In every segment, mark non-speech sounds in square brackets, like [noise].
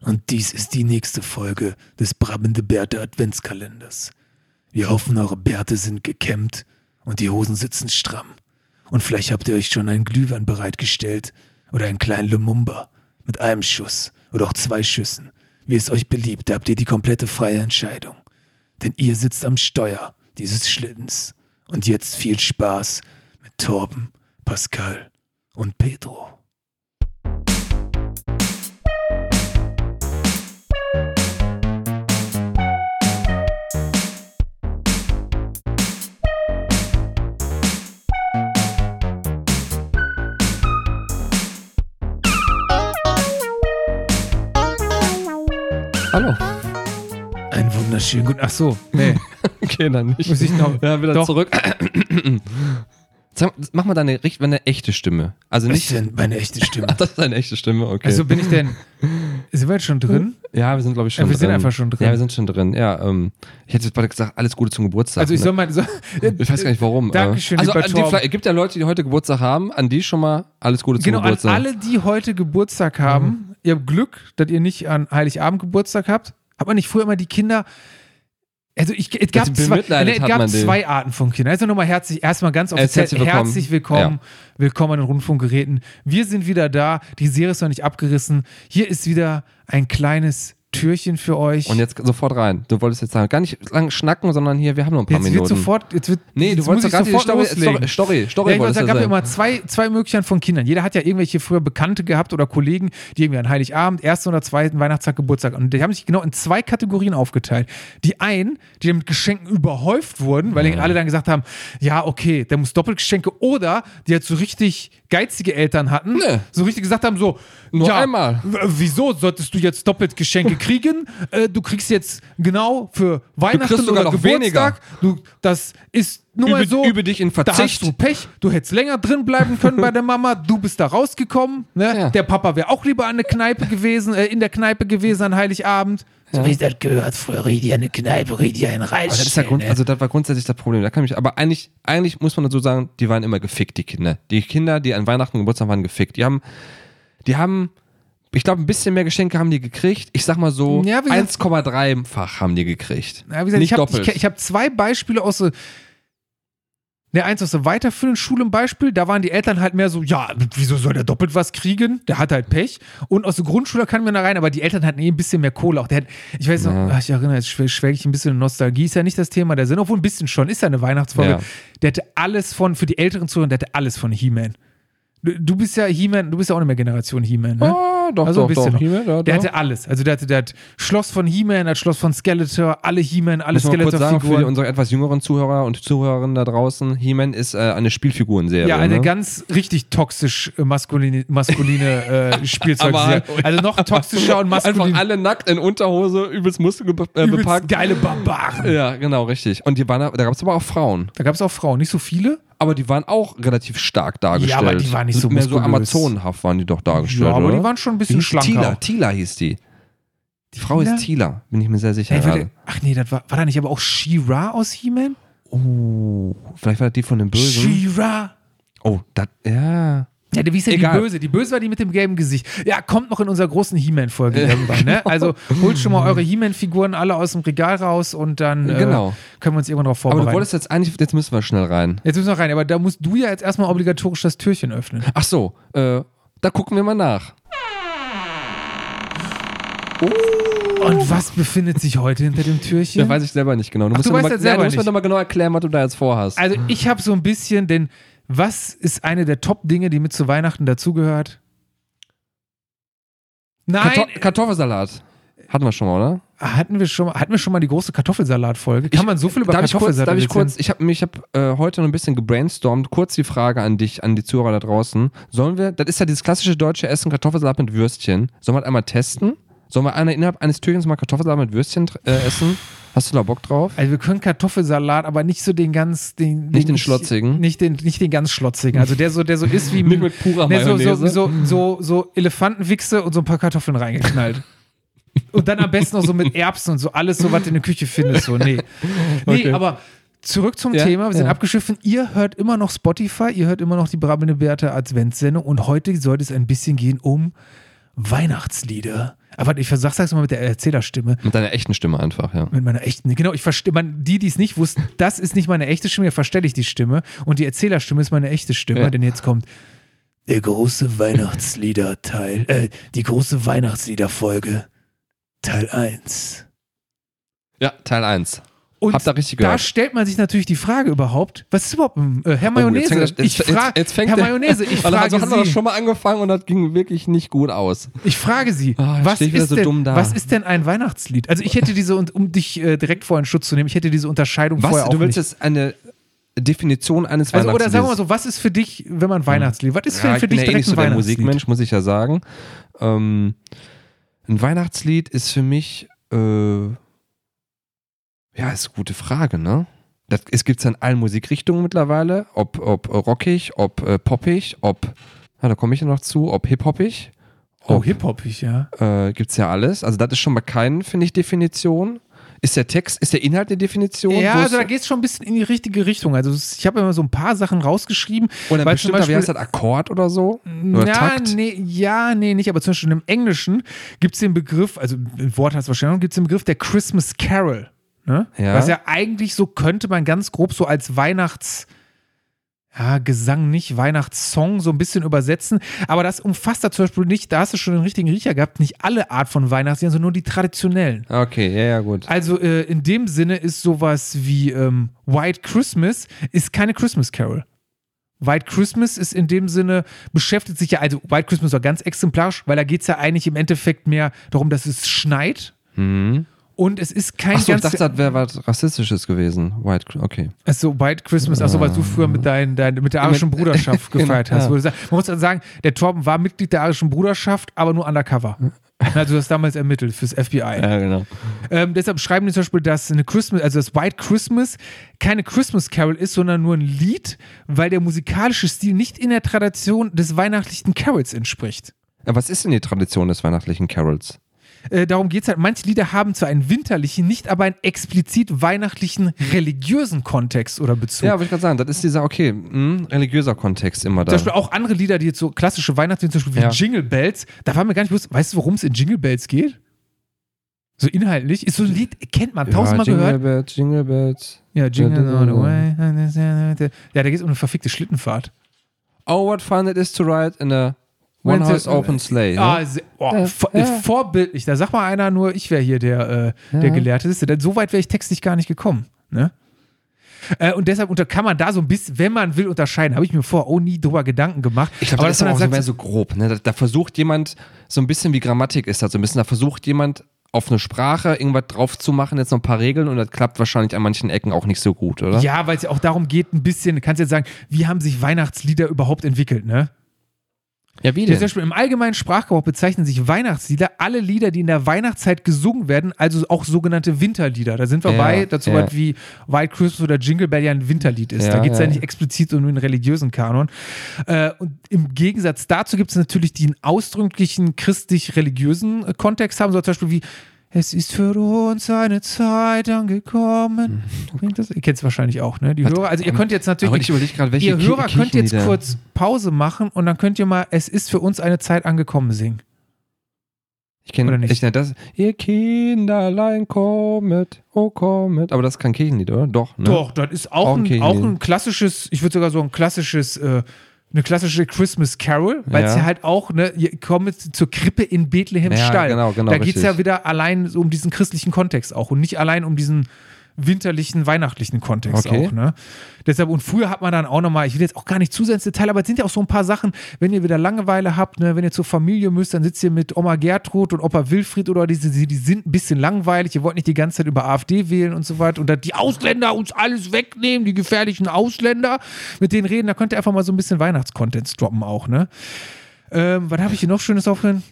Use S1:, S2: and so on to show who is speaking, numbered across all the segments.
S1: Und dies ist die nächste Folge des Brabbende Bärte Adventskalenders. Wir hoffen, eure Bärte sind gekämmt und die Hosen sitzen stramm. Und vielleicht habt ihr euch schon einen Glühwein bereitgestellt oder einen kleinen Lumumba mit einem Schuss oder auch zwei Schüssen. Wie es euch beliebt, da habt ihr die komplette freie Entscheidung. Denn ihr sitzt am Steuer dieses Schlittens. Und jetzt viel Spaß mit Torben, Pascal und Pedro.
S2: Hallo.
S1: Einen wunderschönen guten
S2: Ach so, nee. okay, dann nicht.
S3: Muss ich noch.
S2: Ja, wieder
S3: Doch.
S2: zurück. Sag, mach mal deine, richt- deine echte Stimme. Also
S1: Was ist
S3: [laughs]
S2: nicht.
S1: denn meine echte Stimme?
S2: Ach, das ist deine echte Stimme, okay. Hm.
S3: Also bin ich denn. Sind wir jetzt schon drin?
S2: ja, wir sind, glaube ich, schon
S3: Ja, wir
S2: drin.
S3: sind einfach schon drin.
S2: Ja, wir sind schon drin. Ja, ähm, ich hätte jetzt gerade gesagt, alles Gute zum Geburtstag. ne?
S3: Also ich soll mal. So,
S2: ich weiß gar nicht warum.
S3: Dankeschön,
S2: äh, also,
S3: lieber
S2: an die,
S3: Torben.
S2: Es gibt ja Leute, die heute Geburtstag haben, an die schon mal alles Gute zum
S3: genau, an
S2: Geburtstag. Mhm.
S3: alle, die heute Geburtstag haben, ihr habt Glück, dass ihr nicht an Heiligabend Geburtstag habt. Hat man nicht früher immer die Kinder. Also ich, es gab,
S2: Also
S3: zwei,
S2: bemitleidet
S3: nee, es
S2: hat
S3: gab
S2: man den.
S3: zwei Arten von Kindern. Also nochmal herzlich, erstmal ganz offiziell
S2: herzlich willkommen.
S3: herzlich willkommen, willkommen an den Rundfunkgeräten. Wir sind wieder da, die Serie ist noch nicht abgerissen. Hier ist wieder ein kleines Türchen für euch.
S2: Und jetzt sofort rein. Du wolltest jetzt sagen, gar nicht lang schnacken, sondern hier, wir haben noch ein paar
S3: Jetzt
S2: Minuten.
S3: wird sofort, jetzt wird,
S2: nee, du
S3: jetzt
S2: wolltest
S3: muss
S2: doch
S3: ich
S2: gerade die
S3: sofort
S2: Story, Story,
S3: loslegen.
S2: Story, Story
S3: ja, ich wollte
S2: wolltest
S3: sagen,
S2: du
S3: gab ja
S2: sagen.
S3: immer zwei, zwei Möglichkeiten von Kindern. Jeder hat ja irgendwelche früher Bekannte gehabt oder Kollegen, die irgendwie an Heiligabend, ersten oder zweiten Weihnachtstag, Geburtstag. Und die haben sich genau in zwei Kategorien aufgeteilt. Die einen, die mit Geschenken überhäuft wurden, weil alle dann gesagt haben, ja, okay, der muss Doppelgeschenke. Oder die halt so richtig geizige Eltern hatten,
S2: Nee.
S3: so richtig gesagt haben, so,
S2: Ne. Nur
S3: ja,
S2: einmal.
S3: w- Wieso solltest du jetzt doppelt Geschenke kriegen? Äh, du kriegst jetzt genau für Weihnachten
S2: sogar
S3: oder
S2: noch
S3: Geburtstag. Du, das ist nur mal
S2: Übe-
S3: so.
S2: übe dich in
S3: Da hast
S2: Verzicht.
S3: du Pech, du hättest länger drin bleiben können bei der Mama, du bist da rausgekommen, ne?
S2: Ja.
S3: Der Papa wäre auch lieber an der Kneipe gewesen, äh, in der Kneipe gewesen an Heiligabend.
S1: So wie ich das gehört, früher riet ihr eine Kneipe, riet ihr einen
S2: Aber das,
S1: Reis.
S2: ist ja Grund, also das war grundsätzlich das Problem. Da kann ich, aber eigentlich, eigentlich muss man dazu sagen, die waren immer gefickt, die Kinder. Die Kinder, die an Weihnachten und Geburtstag waren, gefickt. Die haben, die haben, ich glaube, ein bisschen mehr Geschenke haben die gekriegt. Ich sag mal so,
S3: Ja, wie gesagt-
S2: 1,3-fach haben die gekriegt.
S3: Ja, wie gesagt,
S2: Nicht
S3: ich habe
S2: doppelt.
S3: ich, ich hab zwei Beispiele aus so. Ne, eins aus der weiterführenden Schule ein Beispiel, da waren die Eltern halt mehr so, ja, wieso soll der doppelt was kriegen? Der hat halt Pech. Und aus der Grundschule kann man da rein, aber die Eltern hatten eh ein bisschen mehr Kohle. Auch der hat, ich weiß noch,
S2: Ja.
S3: ach, ich erinnere, jetzt schwä- schwelge ich ein bisschen in Nostalgie, ist ja nicht das Thema der Sinn, obwohl ein bisschen schon, ist ja eine Weihnachtsfolge.
S2: Ja.
S3: Der hatte alles von, für die älteren Zuhörer, der hatte alles von He-Man. Du, du bist ja He-Man, du bist ja auch nicht mehr Generation He-Man, ne?
S2: Ah, doch,
S3: Also ein
S2: doch,
S3: bisschen
S2: doch.
S3: noch.
S2: He-Man, ja,
S3: Der
S2: doch.
S3: hatte alles. Also der hatte das Schloss von He-Man, das Schloss von Skeletor, alle He-Man, alle
S2: Muss man kurz sagen, für die,
S3: Skeletor-Figuren.
S2: unsere etwas jüngeren Zuhörer und Zuhörerinnen da draußen, He-Man ist äh, eine Spielfigurenserie.
S3: Ja, eine
S2: ne?
S3: ganz richtig toxisch äh, maskuline, maskuline
S2: [laughs]
S3: äh, Spielzeugserie.
S2: Aber halt-
S3: Also noch toxischer und
S2: Einfach
S3: maskulin.
S2: alle nackt in Unterhose, übelst muskelbepackt. Äh, [laughs]
S3: Übelst
S2: bepackt.
S3: geile Barbaren.
S2: ja, genau, richtig. Und die waren, da gab es aber auch Frauen.
S3: Da gab es auch Frauen, nicht so viele.
S2: Aber die waren auch relativ stark dargestellt.
S3: Ja, aber die waren nicht so
S2: Mehr so
S3: muskulös.
S2: Amazonenhaft waren die doch dargestellt,
S3: Ja, aber
S2: oder?
S3: die waren schon ein
S2: Wie
S3: bisschen
S2: hieß die?
S3: schlanker.
S2: Tila, Tila hieß die. Die Frau
S3: Tila?
S2: ist Tila, bin ich mir sehr sicher.
S3: Ey, war
S2: gerade.
S3: der, ach nee, das war, war da nicht aber auch She-Ra aus He-Man?
S2: oh, vielleicht war das die von dem Bösen.
S3: She-Ra.
S2: oh, das, ja.
S3: Ja, wie ist denn die
S2: Egal.
S3: Böse? Die Böse war die mit dem gelben Gesicht. Ja, kommt noch in unserer großen He-Man-Folge irgendwann,
S2: [laughs]
S3: ne? Also holt schon mal eure He-Man-Figuren alle aus dem Regal raus und dann äh,
S2: Genau.
S3: können wir uns irgendwann darauf
S2: Aber
S3: vorbereiten.
S2: du wolltest jetzt eigentlich, jetzt müssen wir schnell rein.
S3: jetzt müssen wir rein, aber da musst du ja jetzt erstmal obligatorisch das Türchen öffnen.
S2: Ach so, äh, da gucken wir mal nach.
S3: Und was befindet sich heute hinter dem Türchen?
S2: Ja, weiß ich selber nicht genau. Du musst,
S3: du
S2: mir
S3: weißt
S2: noch mal,
S3: das
S2: nein,
S3: selber
S2: du musst mir
S3: nicht.
S2: doch mal genau erklären, was du da jetzt vorhast.
S3: also ich habe so ein bisschen, denn was ist eine der Top-Dinge, die mit zu Weihnachten dazugehört? Nein,
S2: Karto Kartoffelsalat. Hatten wir schon mal, oder?
S3: hatten wir schon, mal- hatten wir schon mal die große Kartoffelsalat-Folge? Kann man so viel über
S2: darf ich kurz,
S3: Kartoffelsalat
S2: darf ich
S3: erzählen?
S2: kurz, ich habe mich hab, äh, heute noch ein bisschen gebrainstormt, kurz die Frage an dich, an die Zuhörer da draußen. Sollen wir, das ist ja dieses klassische deutsche Essen, Kartoffelsalat mit Würstchen. Sollen wir das einmal testen? Sollen wir einer innerhalb eines Türchens mal Kartoffelsalat mit Würstchen äh, essen? Hast du da Bock drauf?
S3: Also wir können Kartoffelsalat, aber nicht so den ganz den,
S2: Nicht den schlotzigen?
S3: Nicht den nicht den ganz schlotzigen. Also der so der
S2: [laughs]
S3: so ist wie
S2: Nicht mit purer
S3: ne, so, so,
S2: Mayonnaise.
S3: so so so Elefantenwichse und so ein paar Kartoffeln reingeknallt. Und dann am besten noch so mit Erbsen und so alles so was du in der Küche findest so. Nee. Nee,
S2: Okay.
S3: aber Zurück zum
S2: Ja,
S3: Thema, wir sind
S2: ja.
S3: abgeschiffen. Ihr hört immer noch Spotify, ihr hört immer noch die Brabbelnde Beate Adventssendung und heute sollte es ein bisschen gehen um Weihnachtslieder.
S1: Aber ich versag, sag's mal mit der Erzählerstimme.
S2: Mit deiner echten Stimme einfach, ja.
S1: Mit meiner echten, genau, ich verstehe, man, die, die es nicht wussten, das ist nicht meine echte Stimme, da verstelle ich die Stimme. Und die Erzählerstimme ist meine echte Stimme,
S2: Ja.
S1: denn jetzt kommt,
S4: Der große Weihnachtsliederteil, äh, die große Weihnachtsliederfolge, Teil 1.
S2: Ja, Teil 1.
S1: und
S2: Habt ihr richtig
S1: da
S2: gehört.
S1: stellt man sich natürlich die Frage überhaupt, was ist überhaupt ein äh, Herr
S2: Oh, jetzt
S1: Mayonnaise?
S2: fängt er-
S1: ich
S2: jetzt-
S1: frage,
S2: jetzt- jetzt fängt
S1: Herr
S2: er-
S1: Mayonnaise,
S2: [laughs]
S1: ich
S2: Weil
S1: frage
S2: also hat er das
S1: Sie,
S2: schon mal angefangen und das ging wirklich nicht gut aus.
S1: ich frage Sie,
S2: Ah, jetzt
S1: was,
S2: steh ich wieder
S1: ist
S2: so
S1: denn,
S2: dumm da.
S1: was ist denn ein Weihnachtslied? Also ich hätte diese, und um dich äh, direkt vor in Schutz zu nehmen, ich hätte diese Unterscheidung
S2: Was,
S1: vorher auch
S2: du willst
S1: nicht.
S2: jetzt eine Definition eines
S1: Also, oder sagen wir mal
S2: Weihnachtsliedes?
S1: so, was ist für dich, wenn man Weihnachtslied, was ist
S2: Ja,
S1: denn für
S2: ich bin
S1: dich
S2: ja eh nicht
S1: direkt
S2: so
S1: ein
S2: der
S1: Weihnachtslied?
S2: Musikmensch, muss ich ja sagen. Ähm, ein Weihnachtslied ist für mich, äh, ja, ist eine gute Frage, ne? Das, es gibt es in allen Musikrichtungen mittlerweile, ob, ob rockig, ob äh, poppig, ob, na, da komme ich ja noch zu, ob hip-hoppig.
S1: Oh,
S2: ob-
S1: Hip-Hop, ich, ja.
S2: äh, gibt es ja alles. Also das ist schon mal keine, finde ich, Definition. Ist der Text, ist der Inhalt eine Definition?
S1: Ja,
S2: Wo
S1: also
S2: ist-
S1: da geht es schon ein bisschen in die richtige Richtung. Also es- ich habe immer so ein paar Sachen rausgeschrieben.
S2: oder ein
S1: weil zum
S2: bestimmter, wie heißt
S1: Beispiel-
S2: das, Akkord oder so? Oder
S1: ja,
S2: Takt?
S1: Nee, ja, nee, nicht. Aber zum Beispiel im Englischen gibt es den Begriff, also im Wort heißt wahrscheinlich, gibt es den Begriff der Christmas Carol. Ne?
S2: Ja.
S1: Was ja eigentlich so könnte man ganz grob so als Weihnachts- ja, Gesang nicht, Weihnachtssong so ein bisschen übersetzen. Aber das umfasst da zum Beispiel nicht, da hast du schon den richtigen Riecher gehabt, nicht alle Art von Weihnachtsliedern, sondern nur die traditionellen.
S2: Ah, Okay, ja, ja, gut.
S1: Also äh, in dem Sinne ist sowas wie ähm, White Christmas ist keine Christmas Carol. White Christmas ist in dem Sinne, beschäftigt sich ja, also White Christmas war ganz exemplarisch, weil da geht es ja eigentlich im Endeffekt mehr darum, dass es schneit.
S2: Mhm.
S1: Und es ist kein
S2: Achso, ich
S1: ganz.
S2: dachte, das wäre was Rassistisches gewesen. White, Cr- okay.
S1: Achso, White also Christmas, achso, was du früher mit, dein, dein, mit der arischen
S2: [laughs]
S1: Bruderschaft gefeiert hast. Wo du
S2: Genau, ja.
S1: sagst, man muss dann sagen, der Torben war Mitglied der arischen Bruderschaft, aber nur
S2: [laughs]
S1: undercover. Also du hast damals ermittelt fürs FBI.
S2: Ja, genau.
S1: Ähm, deshalb schreiben die zum Beispiel, dass eine Christmas, also das White Christmas keine Christmas Carol ist, sondern nur ein Lied, weil der musikalische Stil nicht in der Tradition des weihnachtlichen Carols entspricht.
S2: Ja, was ist denn die Tradition des weihnachtlichen Carols?
S1: Äh, darum geht es halt, manche Lieder haben zwar einen winterlichen, nicht aber einen explizit weihnachtlichen religiösen Kontext oder Bezug.
S2: Ja, wollte ich gerade sagen, das ist dieser, okay, mh, religiöser Kontext immer da.
S1: Zum Beispiel auch andere Lieder, die jetzt so klassische Weihnachtslieder, zum Beispiel wie
S2: Ja.
S1: Jingle Bells, da war mir gar nicht bewusst, weißt du, worum es in Jingle Bells geht? So inhaltlich, ist so ein Lied, kennt man, tausendmal
S2: ja, Jingle
S1: gehört.
S2: Bells, Jingle Bells.
S1: Ja, Jingle
S2: Ja,
S1: all the
S2: ja,
S1: way. Ja, da geht es um eine verfickte Schlittenfahrt.
S2: Oh, what fun it is to ride in a
S1: When's
S2: one-horse
S1: it-
S2: open sleigh.
S1: Ah,
S2: ne?
S1: se- oh,
S2: Ja,
S1: vor-
S2: ja.
S1: Vorbildlich. Da sagt mal einer nur, ich wäre hier der, äh, der
S2: Ja.
S1: Gelehrte. Siehst du, Denn so weit wäre ich textlich gar nicht gekommen. Ne? Äh, und deshalb unter, kann man da so ein bisschen, wenn man will, unterscheiden. Habe ich mir vorher auch nie drüber Gedanken gemacht.
S2: Ich glaube,
S1: Aber
S2: das ist
S1: dass man
S2: auch so
S1: dann
S2: mehr
S1: sagt,
S2: so grob. Ne? Da, da versucht jemand, so ein bisschen wie Grammatik ist das so ein bisschen, da versucht jemand auf eine Sprache irgendwas drauf zu machen, jetzt noch ein paar Regeln und das klappt wahrscheinlich an manchen Ecken auch nicht so gut, oder?
S1: ja, weil es ja auch darum geht, ein bisschen, kannst jetzt sagen, wie haben sich Weihnachtslieder überhaupt entwickelt, ne?
S2: ja wie
S1: Ja, zum Beispiel im allgemeinen Sprachgebrauch bezeichnen sich Weihnachtslieder alle Lieder, die in der Weihnachtszeit gesungen werden, also auch sogenannte Winterlieder. Da sind wir
S2: Ja,
S1: bei, dazu
S2: ja.
S1: weit wie White Christmas oder Jingle Bell ja ein Winterlied ist. da
S2: Ja,
S1: geht es ja.
S2: ja.
S1: nicht explizit um den religiösen Kanon. Äh, und im Gegensatz dazu gibt es natürlich die einen ausdrücklichen christlich-religiösen äh, Kontext haben, so zum Beispiel wie es ist für uns eine Zeit angekommen. Klingt Das, ihr kennt es wahrscheinlich auch, ne? Die Hörer. Also ihr könnt jetzt natürlich
S2: Mhm. Aber ich überlege gerade, welche
S1: ihr
S2: Ki-
S1: Hörer könnt jetzt
S2: Kirchenlieder-
S1: kurz Pause machen und dann könnt ihr mal Es ist für uns eine Zeit angekommen singen.
S2: Ich kenne
S1: oder nicht?
S2: Ich, ne, das, ihr Kinderlein kommet, oh kommet. Aber das ist kein Kirchenlied, oder? Doch, ne?
S1: Doch, das ist auch,
S2: Auch ein
S1: ein,
S2: Kirchenlied.
S1: auch ein klassisches, ich würde sogar so ein klassisches, äh, eine klassische Christmas Carol, weil es
S2: Ja.
S1: ja halt auch, ne, ihr kommt zur Krippe in Bethlehem
S2: Ja,
S1: Stall.
S2: genau, genau,
S1: da geht es
S2: richtig.
S1: ja wieder allein so um diesen christlichen Kontext auch und nicht allein um diesen winterlichen, weihnachtlichen Kontext
S2: Okay.
S1: auch, ne? Deshalb, und früher hat man dann auch nochmal, ich will jetzt auch gar nicht zu sehr ins Detail, aber es sind ja auch so ein paar Sachen, wenn ihr wieder Langeweile habt, ne, wenn ihr zur Familie müsst, dann sitzt ihr mit Oma Gertrud und Opa Wilfried oder diese, die, die sind ein bisschen langweilig, ihr wollt nicht die ganze Zeit über AfD wählen und so weiter und dass die Ausländer uns alles wegnehmen, die gefährlichen Ausländer, mit denen reden, da könnt ihr einfach mal so ein bisschen Weihnachtscontents droppen auch, ne? Ähm, was habe ich hier noch Schönes aufgehört?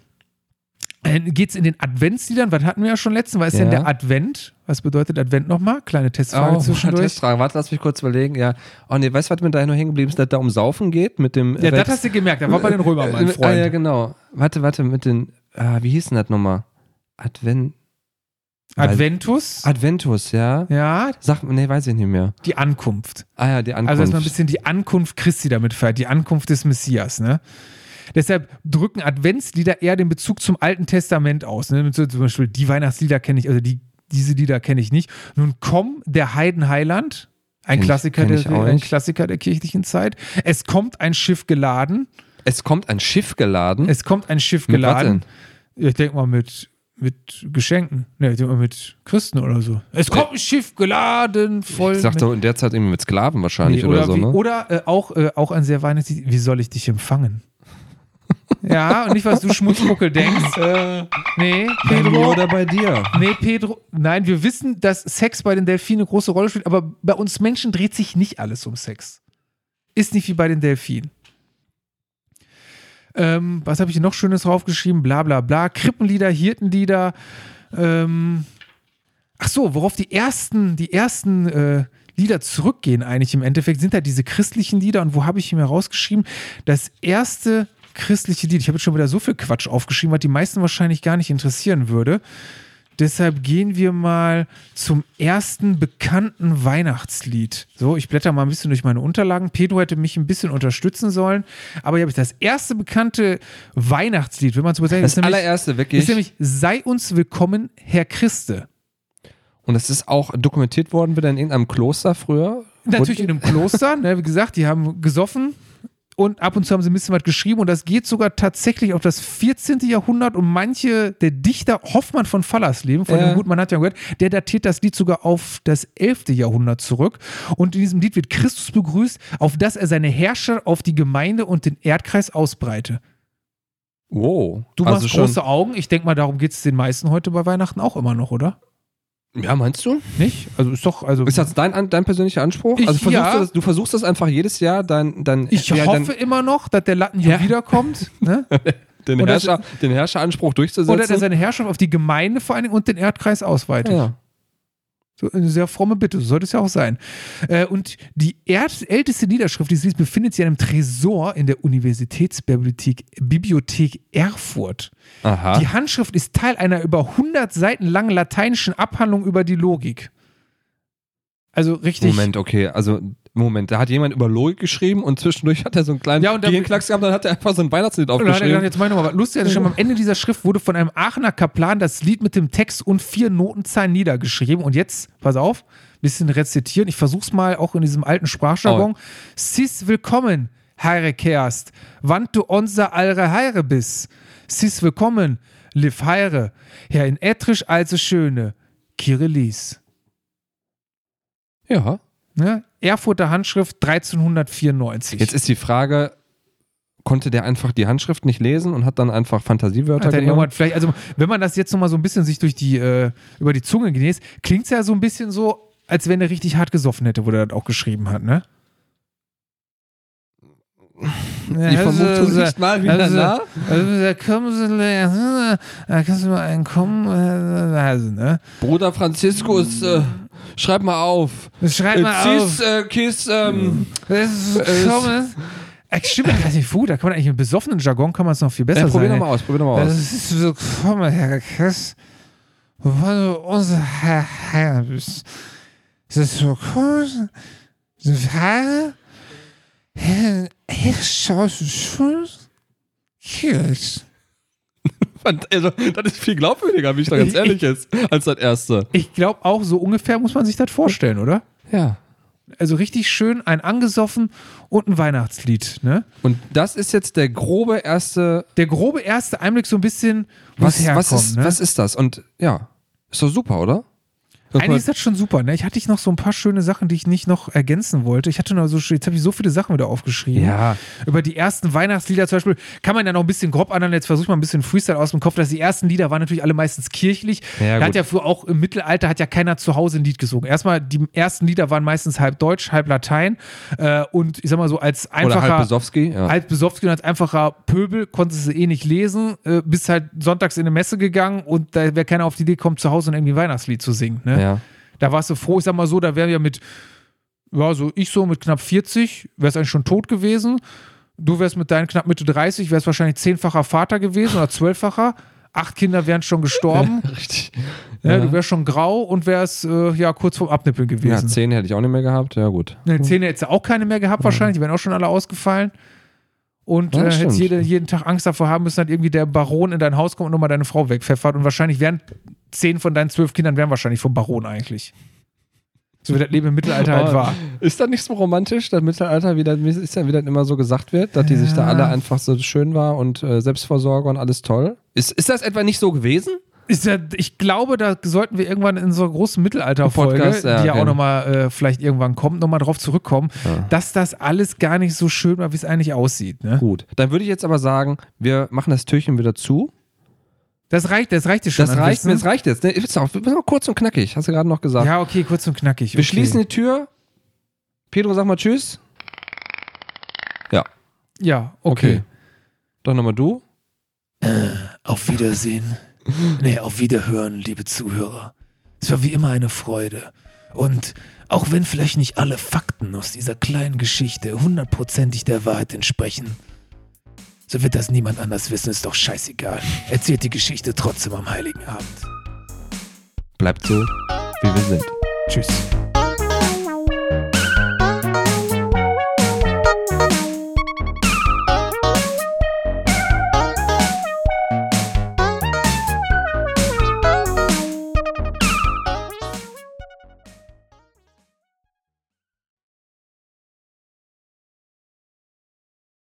S1: Geht es in den Adventsliedern? Was hatten wir ja schon letzten? Was ist denn
S2: Ja.
S1: der Advent? Was bedeutet Advent nochmal? Kleine Testfrage
S2: Oh,
S1: zwischendurch.
S2: [laughs] Testfrage. Warte, lass mich kurz überlegen. Ja. Oh nee, weißt du, was mir da noch hängen geblieben ist, dass da um Saufen geht mit dem.
S1: Ja,
S2: Rex-
S1: das hast du gemerkt. Da war bei den Römern, mein
S2: Äh, Ah, ja,
S1: Freund.
S2: genau. Warte, warte, mit den. Ah, wie hieß denn das nochmal? Advent.
S1: Adventus.
S2: Adventus, [laughs] ja?
S1: Ja,
S2: Sag, nee, weiß ich nicht mehr.
S1: die Ankunft.
S2: Ah ja, die Ankunft.
S1: Also, dass man ein bisschen die Ankunft Christi damit feiert, die Ankunft des Messias, ne?
S3: Deshalb drücken Adventslieder eher den Bezug zum Alten Testament aus. Ne? So Zum Beispiel die Weihnachtslieder kenne ich, also die, diese Lieder kenne ich nicht. Nun komm, der Heidenheiland, ein,
S2: Kenn ich-
S3: Klassiker
S2: kenn
S3: der,
S2: ich auch
S3: ein
S2: nicht.
S3: Klassiker der kirchlichen Zeit. Es kommt ein Schiff geladen.
S2: Es kommt ein Schiff geladen.
S3: Es kommt ein Schiff
S2: Mit was
S3: geladen. Ich denke mal mit, mit Geschenken. Ne, ich denke mal mit Christen oder so. Es kommt ein Schiff geladen, voll.
S2: ich sag
S3: mit-
S2: doch in der Zeit irgendwie mit Sklaven wahrscheinlich
S3: Nee,
S2: oder, so,
S3: wie,
S2: ne?
S3: Oder äh, auch, äh, auch ein sehr weihnächtliches, wie soll ich dich empfangen? ja, und nicht, was du Schmutzmuckel denkst. Äh, nee,
S2: Bei mir
S3: Pedro.
S2: oder bei dir.
S3: Nee, Pedro. Nein, wir wissen, dass Sex bei den Delfinen eine große Rolle spielt, aber bei uns Menschen dreht sich nicht alles um Sex. Ist nicht wie bei den Delfinen. Ähm, was habe ich hier noch Schönes draufgeschrieben? Bla bla bla. Krippenlieder, Hirtenlieder. Ähm, ach so, worauf die ersten, die ersten äh, Lieder zurückgehen eigentlich im Endeffekt, sind da diese christlichen Lieder. Und wo habe ich mir rausgeschrieben? Das erste christliche Lied, ich habe jetzt schon wieder so viel Quatsch aufgeschrieben, was die meisten wahrscheinlich gar nicht interessieren würde. Deshalb gehen wir mal zum ersten bekannten Weihnachtslied. So, ich blätter mal ein bisschen durch meine Unterlagen. Pedro hätte mich ein bisschen unterstützen sollen. Aber hier habe ich das erste bekannte Weihnachtslied, wenn man so bezeichnet.
S2: Das
S3: ist nämlich-
S2: allererste
S3: ist
S2: wirklich.
S3: nämlich Sei uns willkommen, Herr Christe.
S2: Und das ist auch dokumentiert worden wieder in irgendeinem Kloster früher.
S3: Natürlich in
S2: Wurde-
S3: einem Kloster, ne, wie gesagt, die haben gesoffen und ab und zu haben sie ein bisschen was geschrieben und das geht sogar tatsächlich auf das 14. Jahrhundert und manche, der Dichter Hoffmann von Fallersleben, von
S2: Ja.
S3: dem Gutmann hat ja gehört, der datiert das Lied sogar auf das 11. Jahrhundert zurück und in diesem Lied wird Christus begrüßt, auf dass er seine Herrscher auf die Gemeinde und den Erdkreis ausbreite.
S2: Wow.
S3: Du
S2: also
S3: machst
S2: schon,
S3: große Augen, ich denke mal, darum geht es den meisten heute bei Weihnachten auch immer noch, oder?
S2: Ja, meinst du?
S3: Nicht? Also ist doch, also...
S2: Ist das dein, an- dein persönlicher Anspruch?
S3: Ich-
S2: also versuchst
S3: ja.
S2: du, das, du versuchst das einfach jedes Jahr, dein, dein,
S3: ich
S2: ja, dein,
S3: hoffe immer noch, dass der Latten hier
S2: Ja.
S3: wiederkommt. Ne?
S2: den,
S3: oder-
S2: Herrscher, den Herrscheranspruch durchzusetzen.
S3: Oder dass er seine Herrschaft auf die Gemeinde vor allen Dingen und den Erdkreis ausweitet.
S2: ja.
S3: So eine sehr fromme Bitte, so sollte es ja auch sein. Äh, und die erd- älteste Niederschrift dieses Lieds befindet sich in einem Tresor in der Universitätsbibliothek Bibliothek Erfurt.
S2: Aha.
S3: Die Handschrift ist Teil einer über 100 Seiten langen lateinischen Abhandlung über die Logik. Also richtig.
S2: Moment, okay, also Moment, da hat jemand über Logik geschrieben und zwischendurch hat er so einen kleinen
S3: Ja, und dann-
S2: Gehirnknacks gehabt, dann hat er einfach so ein Weihnachtslied
S3: Und dann hat er gedacht,
S2: aufgeschrieben.
S3: jetzt mach ich nochmal was. Lustig, hat er schon am Ende dieser Schrift wurde von einem Aachener Kaplan das Lied mit dem Text und vier Notenzeilen niedergeschrieben. Und jetzt, pass auf, ein bisschen rezitieren. Ich versuch's mal auch in diesem alten Sprachjargon. Sis willkommen, Heire Kerst, wann du unser Alre Heire bist. Sis willkommen, liv Heire, Herr in Ettrisch also schöne, Kirillis.
S2: Ja.
S3: Ne? Erfurter Handschrift 1394.
S2: Jetzt ist die Frage, konnte der einfach die Handschrift nicht lesen und hat dann einfach Fantasiewörter
S3: Hat dann
S2: genommen?
S3: irgendwann vielleicht, also wenn man das jetzt nochmal so ein bisschen sich durch die, äh, über die Zunge genießt, klingt es ja so ein bisschen so, als wenn er richtig hart gesoffen hätte, wo er das auch geschrieben hat, ne?
S2: Die Vermutung
S3: also,
S2: liegt mal wieder
S3: also-
S2: nah.
S3: also, da kommen sie, äh, da kannst du mal einen kommen, äh, also, ne?
S2: Bruder Franziskus, äh, schreib mal auf.
S3: Schreib Halt mal
S2: äh,
S3: auf.
S2: Cis, äh, Kiss, ähm,
S3: Das ist
S2: Äh,
S3: kommen. Äh, Stimmt, das ist nicht gut. Da kann man eigentlich im besoffenen Jargon kann man es noch viel besser
S2: äh, probier
S3: sagen.
S2: nochmal aus, probier nochmal
S3: Das
S2: aus.
S3: ist so komm, Herr Chris. Wann du unser Herr, Herr bist. Das ist so cool. So Herr. Herr, Herr, schaust du schon? Chris.
S2: Also, das ist viel glaubwürdiger, wie ich da ganz ehrlich jetzt, als das erste.
S3: Ich glaube auch, so ungefähr muss man sich das vorstellen, oder?
S2: Ja.
S3: Also richtig schön ein angesoffen und ein Weihnachtslied, ne?
S2: Und das ist jetzt der grobe erste
S3: Der grobe erste Einblick so ein bisschen, wo es
S2: Was,
S3: herkommt,
S2: was, ist,
S3: ne?
S2: was ist das? Und ja, ist doch super, oder? Guck
S3: Eigentlich
S2: mal,
S3: ist das schon super, ne? Ich hatte noch so ein paar schöne Sachen, die ich nicht noch ergänzen wollte. Ich hatte noch so, jetzt habe ich so viele Sachen wieder aufgeschrieben.
S2: ja,
S3: Über die ersten Weihnachtslieder zum Beispiel kann man ja noch ein bisschen grob anhören. Jetzt versuche ich mal ein bisschen Freestyle aus dem Kopf, dass die ersten Lieder waren natürlich alle meistens kirchlich.
S2: Ja,
S3: da hat
S2: gut.
S3: ja früher auch im Mittelalter hat ja keiner zu Hause ein Lied gesungen. Erstmal, die ersten Lieder waren meistens halb Deutsch, halb Latein. Äh, und ich sag mal so, als einfacher.
S2: oder halt Besowski. Ja.
S3: Halb besoffen und als einfacher Pöbel konntest du eh nicht lesen, äh, bist halt sonntags in eine Messe gegangen und da wäre keiner auf die Idee gekommen, zu Hause und irgendwie ein Weihnachtslied zu singen.
S2: ja.
S3: Ne? Da warst du froh, ich sag mal so, da wären wir mit, ja, so ich so mit knapp 40, wärst eigentlich schon tot gewesen. Du wärst mit deinen knapp Mitte 30, wärst wahrscheinlich zehnfacher Vater gewesen oder zwölffacher. Acht Kinder wären schon gestorben.
S2: Richtig.
S3: ja.
S2: [laughs] Ja,
S3: du wärst schon grau und wärst äh, ja kurz vorm Abnippeln
S2: ja,
S3: gewesen.
S2: zehn hätte ich auch nicht mehr gehabt. Ja, gut.
S3: Ne, Zähne hättest du auch keine mehr gehabt wahrscheinlich, die wären auch schon alle ausgefallen. und
S2: Ja,
S3: äh, hättest
S2: stimmt.
S3: jede, jeden Tag Angst davor haben müssen, dass irgendwie der Baron in dein Haus kommt und nochmal deine Frau wegpfeffert. Und wahrscheinlich wären zehn von deinen zwölf Kindern wären wahrscheinlich vom Baron eigentlich. So wie das Leben im Mittelalter halt
S2: Oh.
S3: war.
S2: Ist da nichts so romantisch, dass Mittelalter wieder, ist ja wieder immer so gesagt wird, dass die sich da
S3: Ja.
S2: alle einfach so schön war und äh, Selbstversorger und alles toll? Ist, ist das etwa nicht so gewesen?
S3: Ist ja, ich glaube, da sollten wir irgendwann in so einer großen Mittelalter-Folge,
S2: Podcast, ja, genau.
S3: die ja auch
S2: gerne.
S3: nochmal äh, vielleicht irgendwann kommt, nochmal drauf zurückkommen, dass das alles gar nicht so schön war, wie es eigentlich aussieht. Ne?
S2: Gut. Dann würde ich jetzt aber sagen, wir machen das Türchen wieder zu.
S3: Das reicht, das reicht dir schon.
S2: Das
S3: an
S2: reicht,
S3: Wissen.
S2: das reicht jetzt. Ne? Ist auch, wir sind auch kurz und knackig, hast du gerade noch gesagt.
S3: Ja, okay, kurz und knackig.
S2: wir
S3: okay.
S2: schließen die Tür. Pedro, sag mal Tschüss. Ja,
S3: Ja, okay.
S2: okay. Dann nochmal du.
S1: Auf Wiedersehen. Nee, auf Wiederhören, liebe Zuhörer. Es war wie immer eine Freude. Und auch wenn vielleicht nicht alle Fakten aus dieser kleinen Geschichte hundertprozentig der Wahrheit entsprechen, so wird das niemand anders wissen, ist doch scheißegal. Erzählt die Geschichte trotzdem am Heiligen Abend.
S2: Bleibt so, wie wir sind.
S1: Tschüss.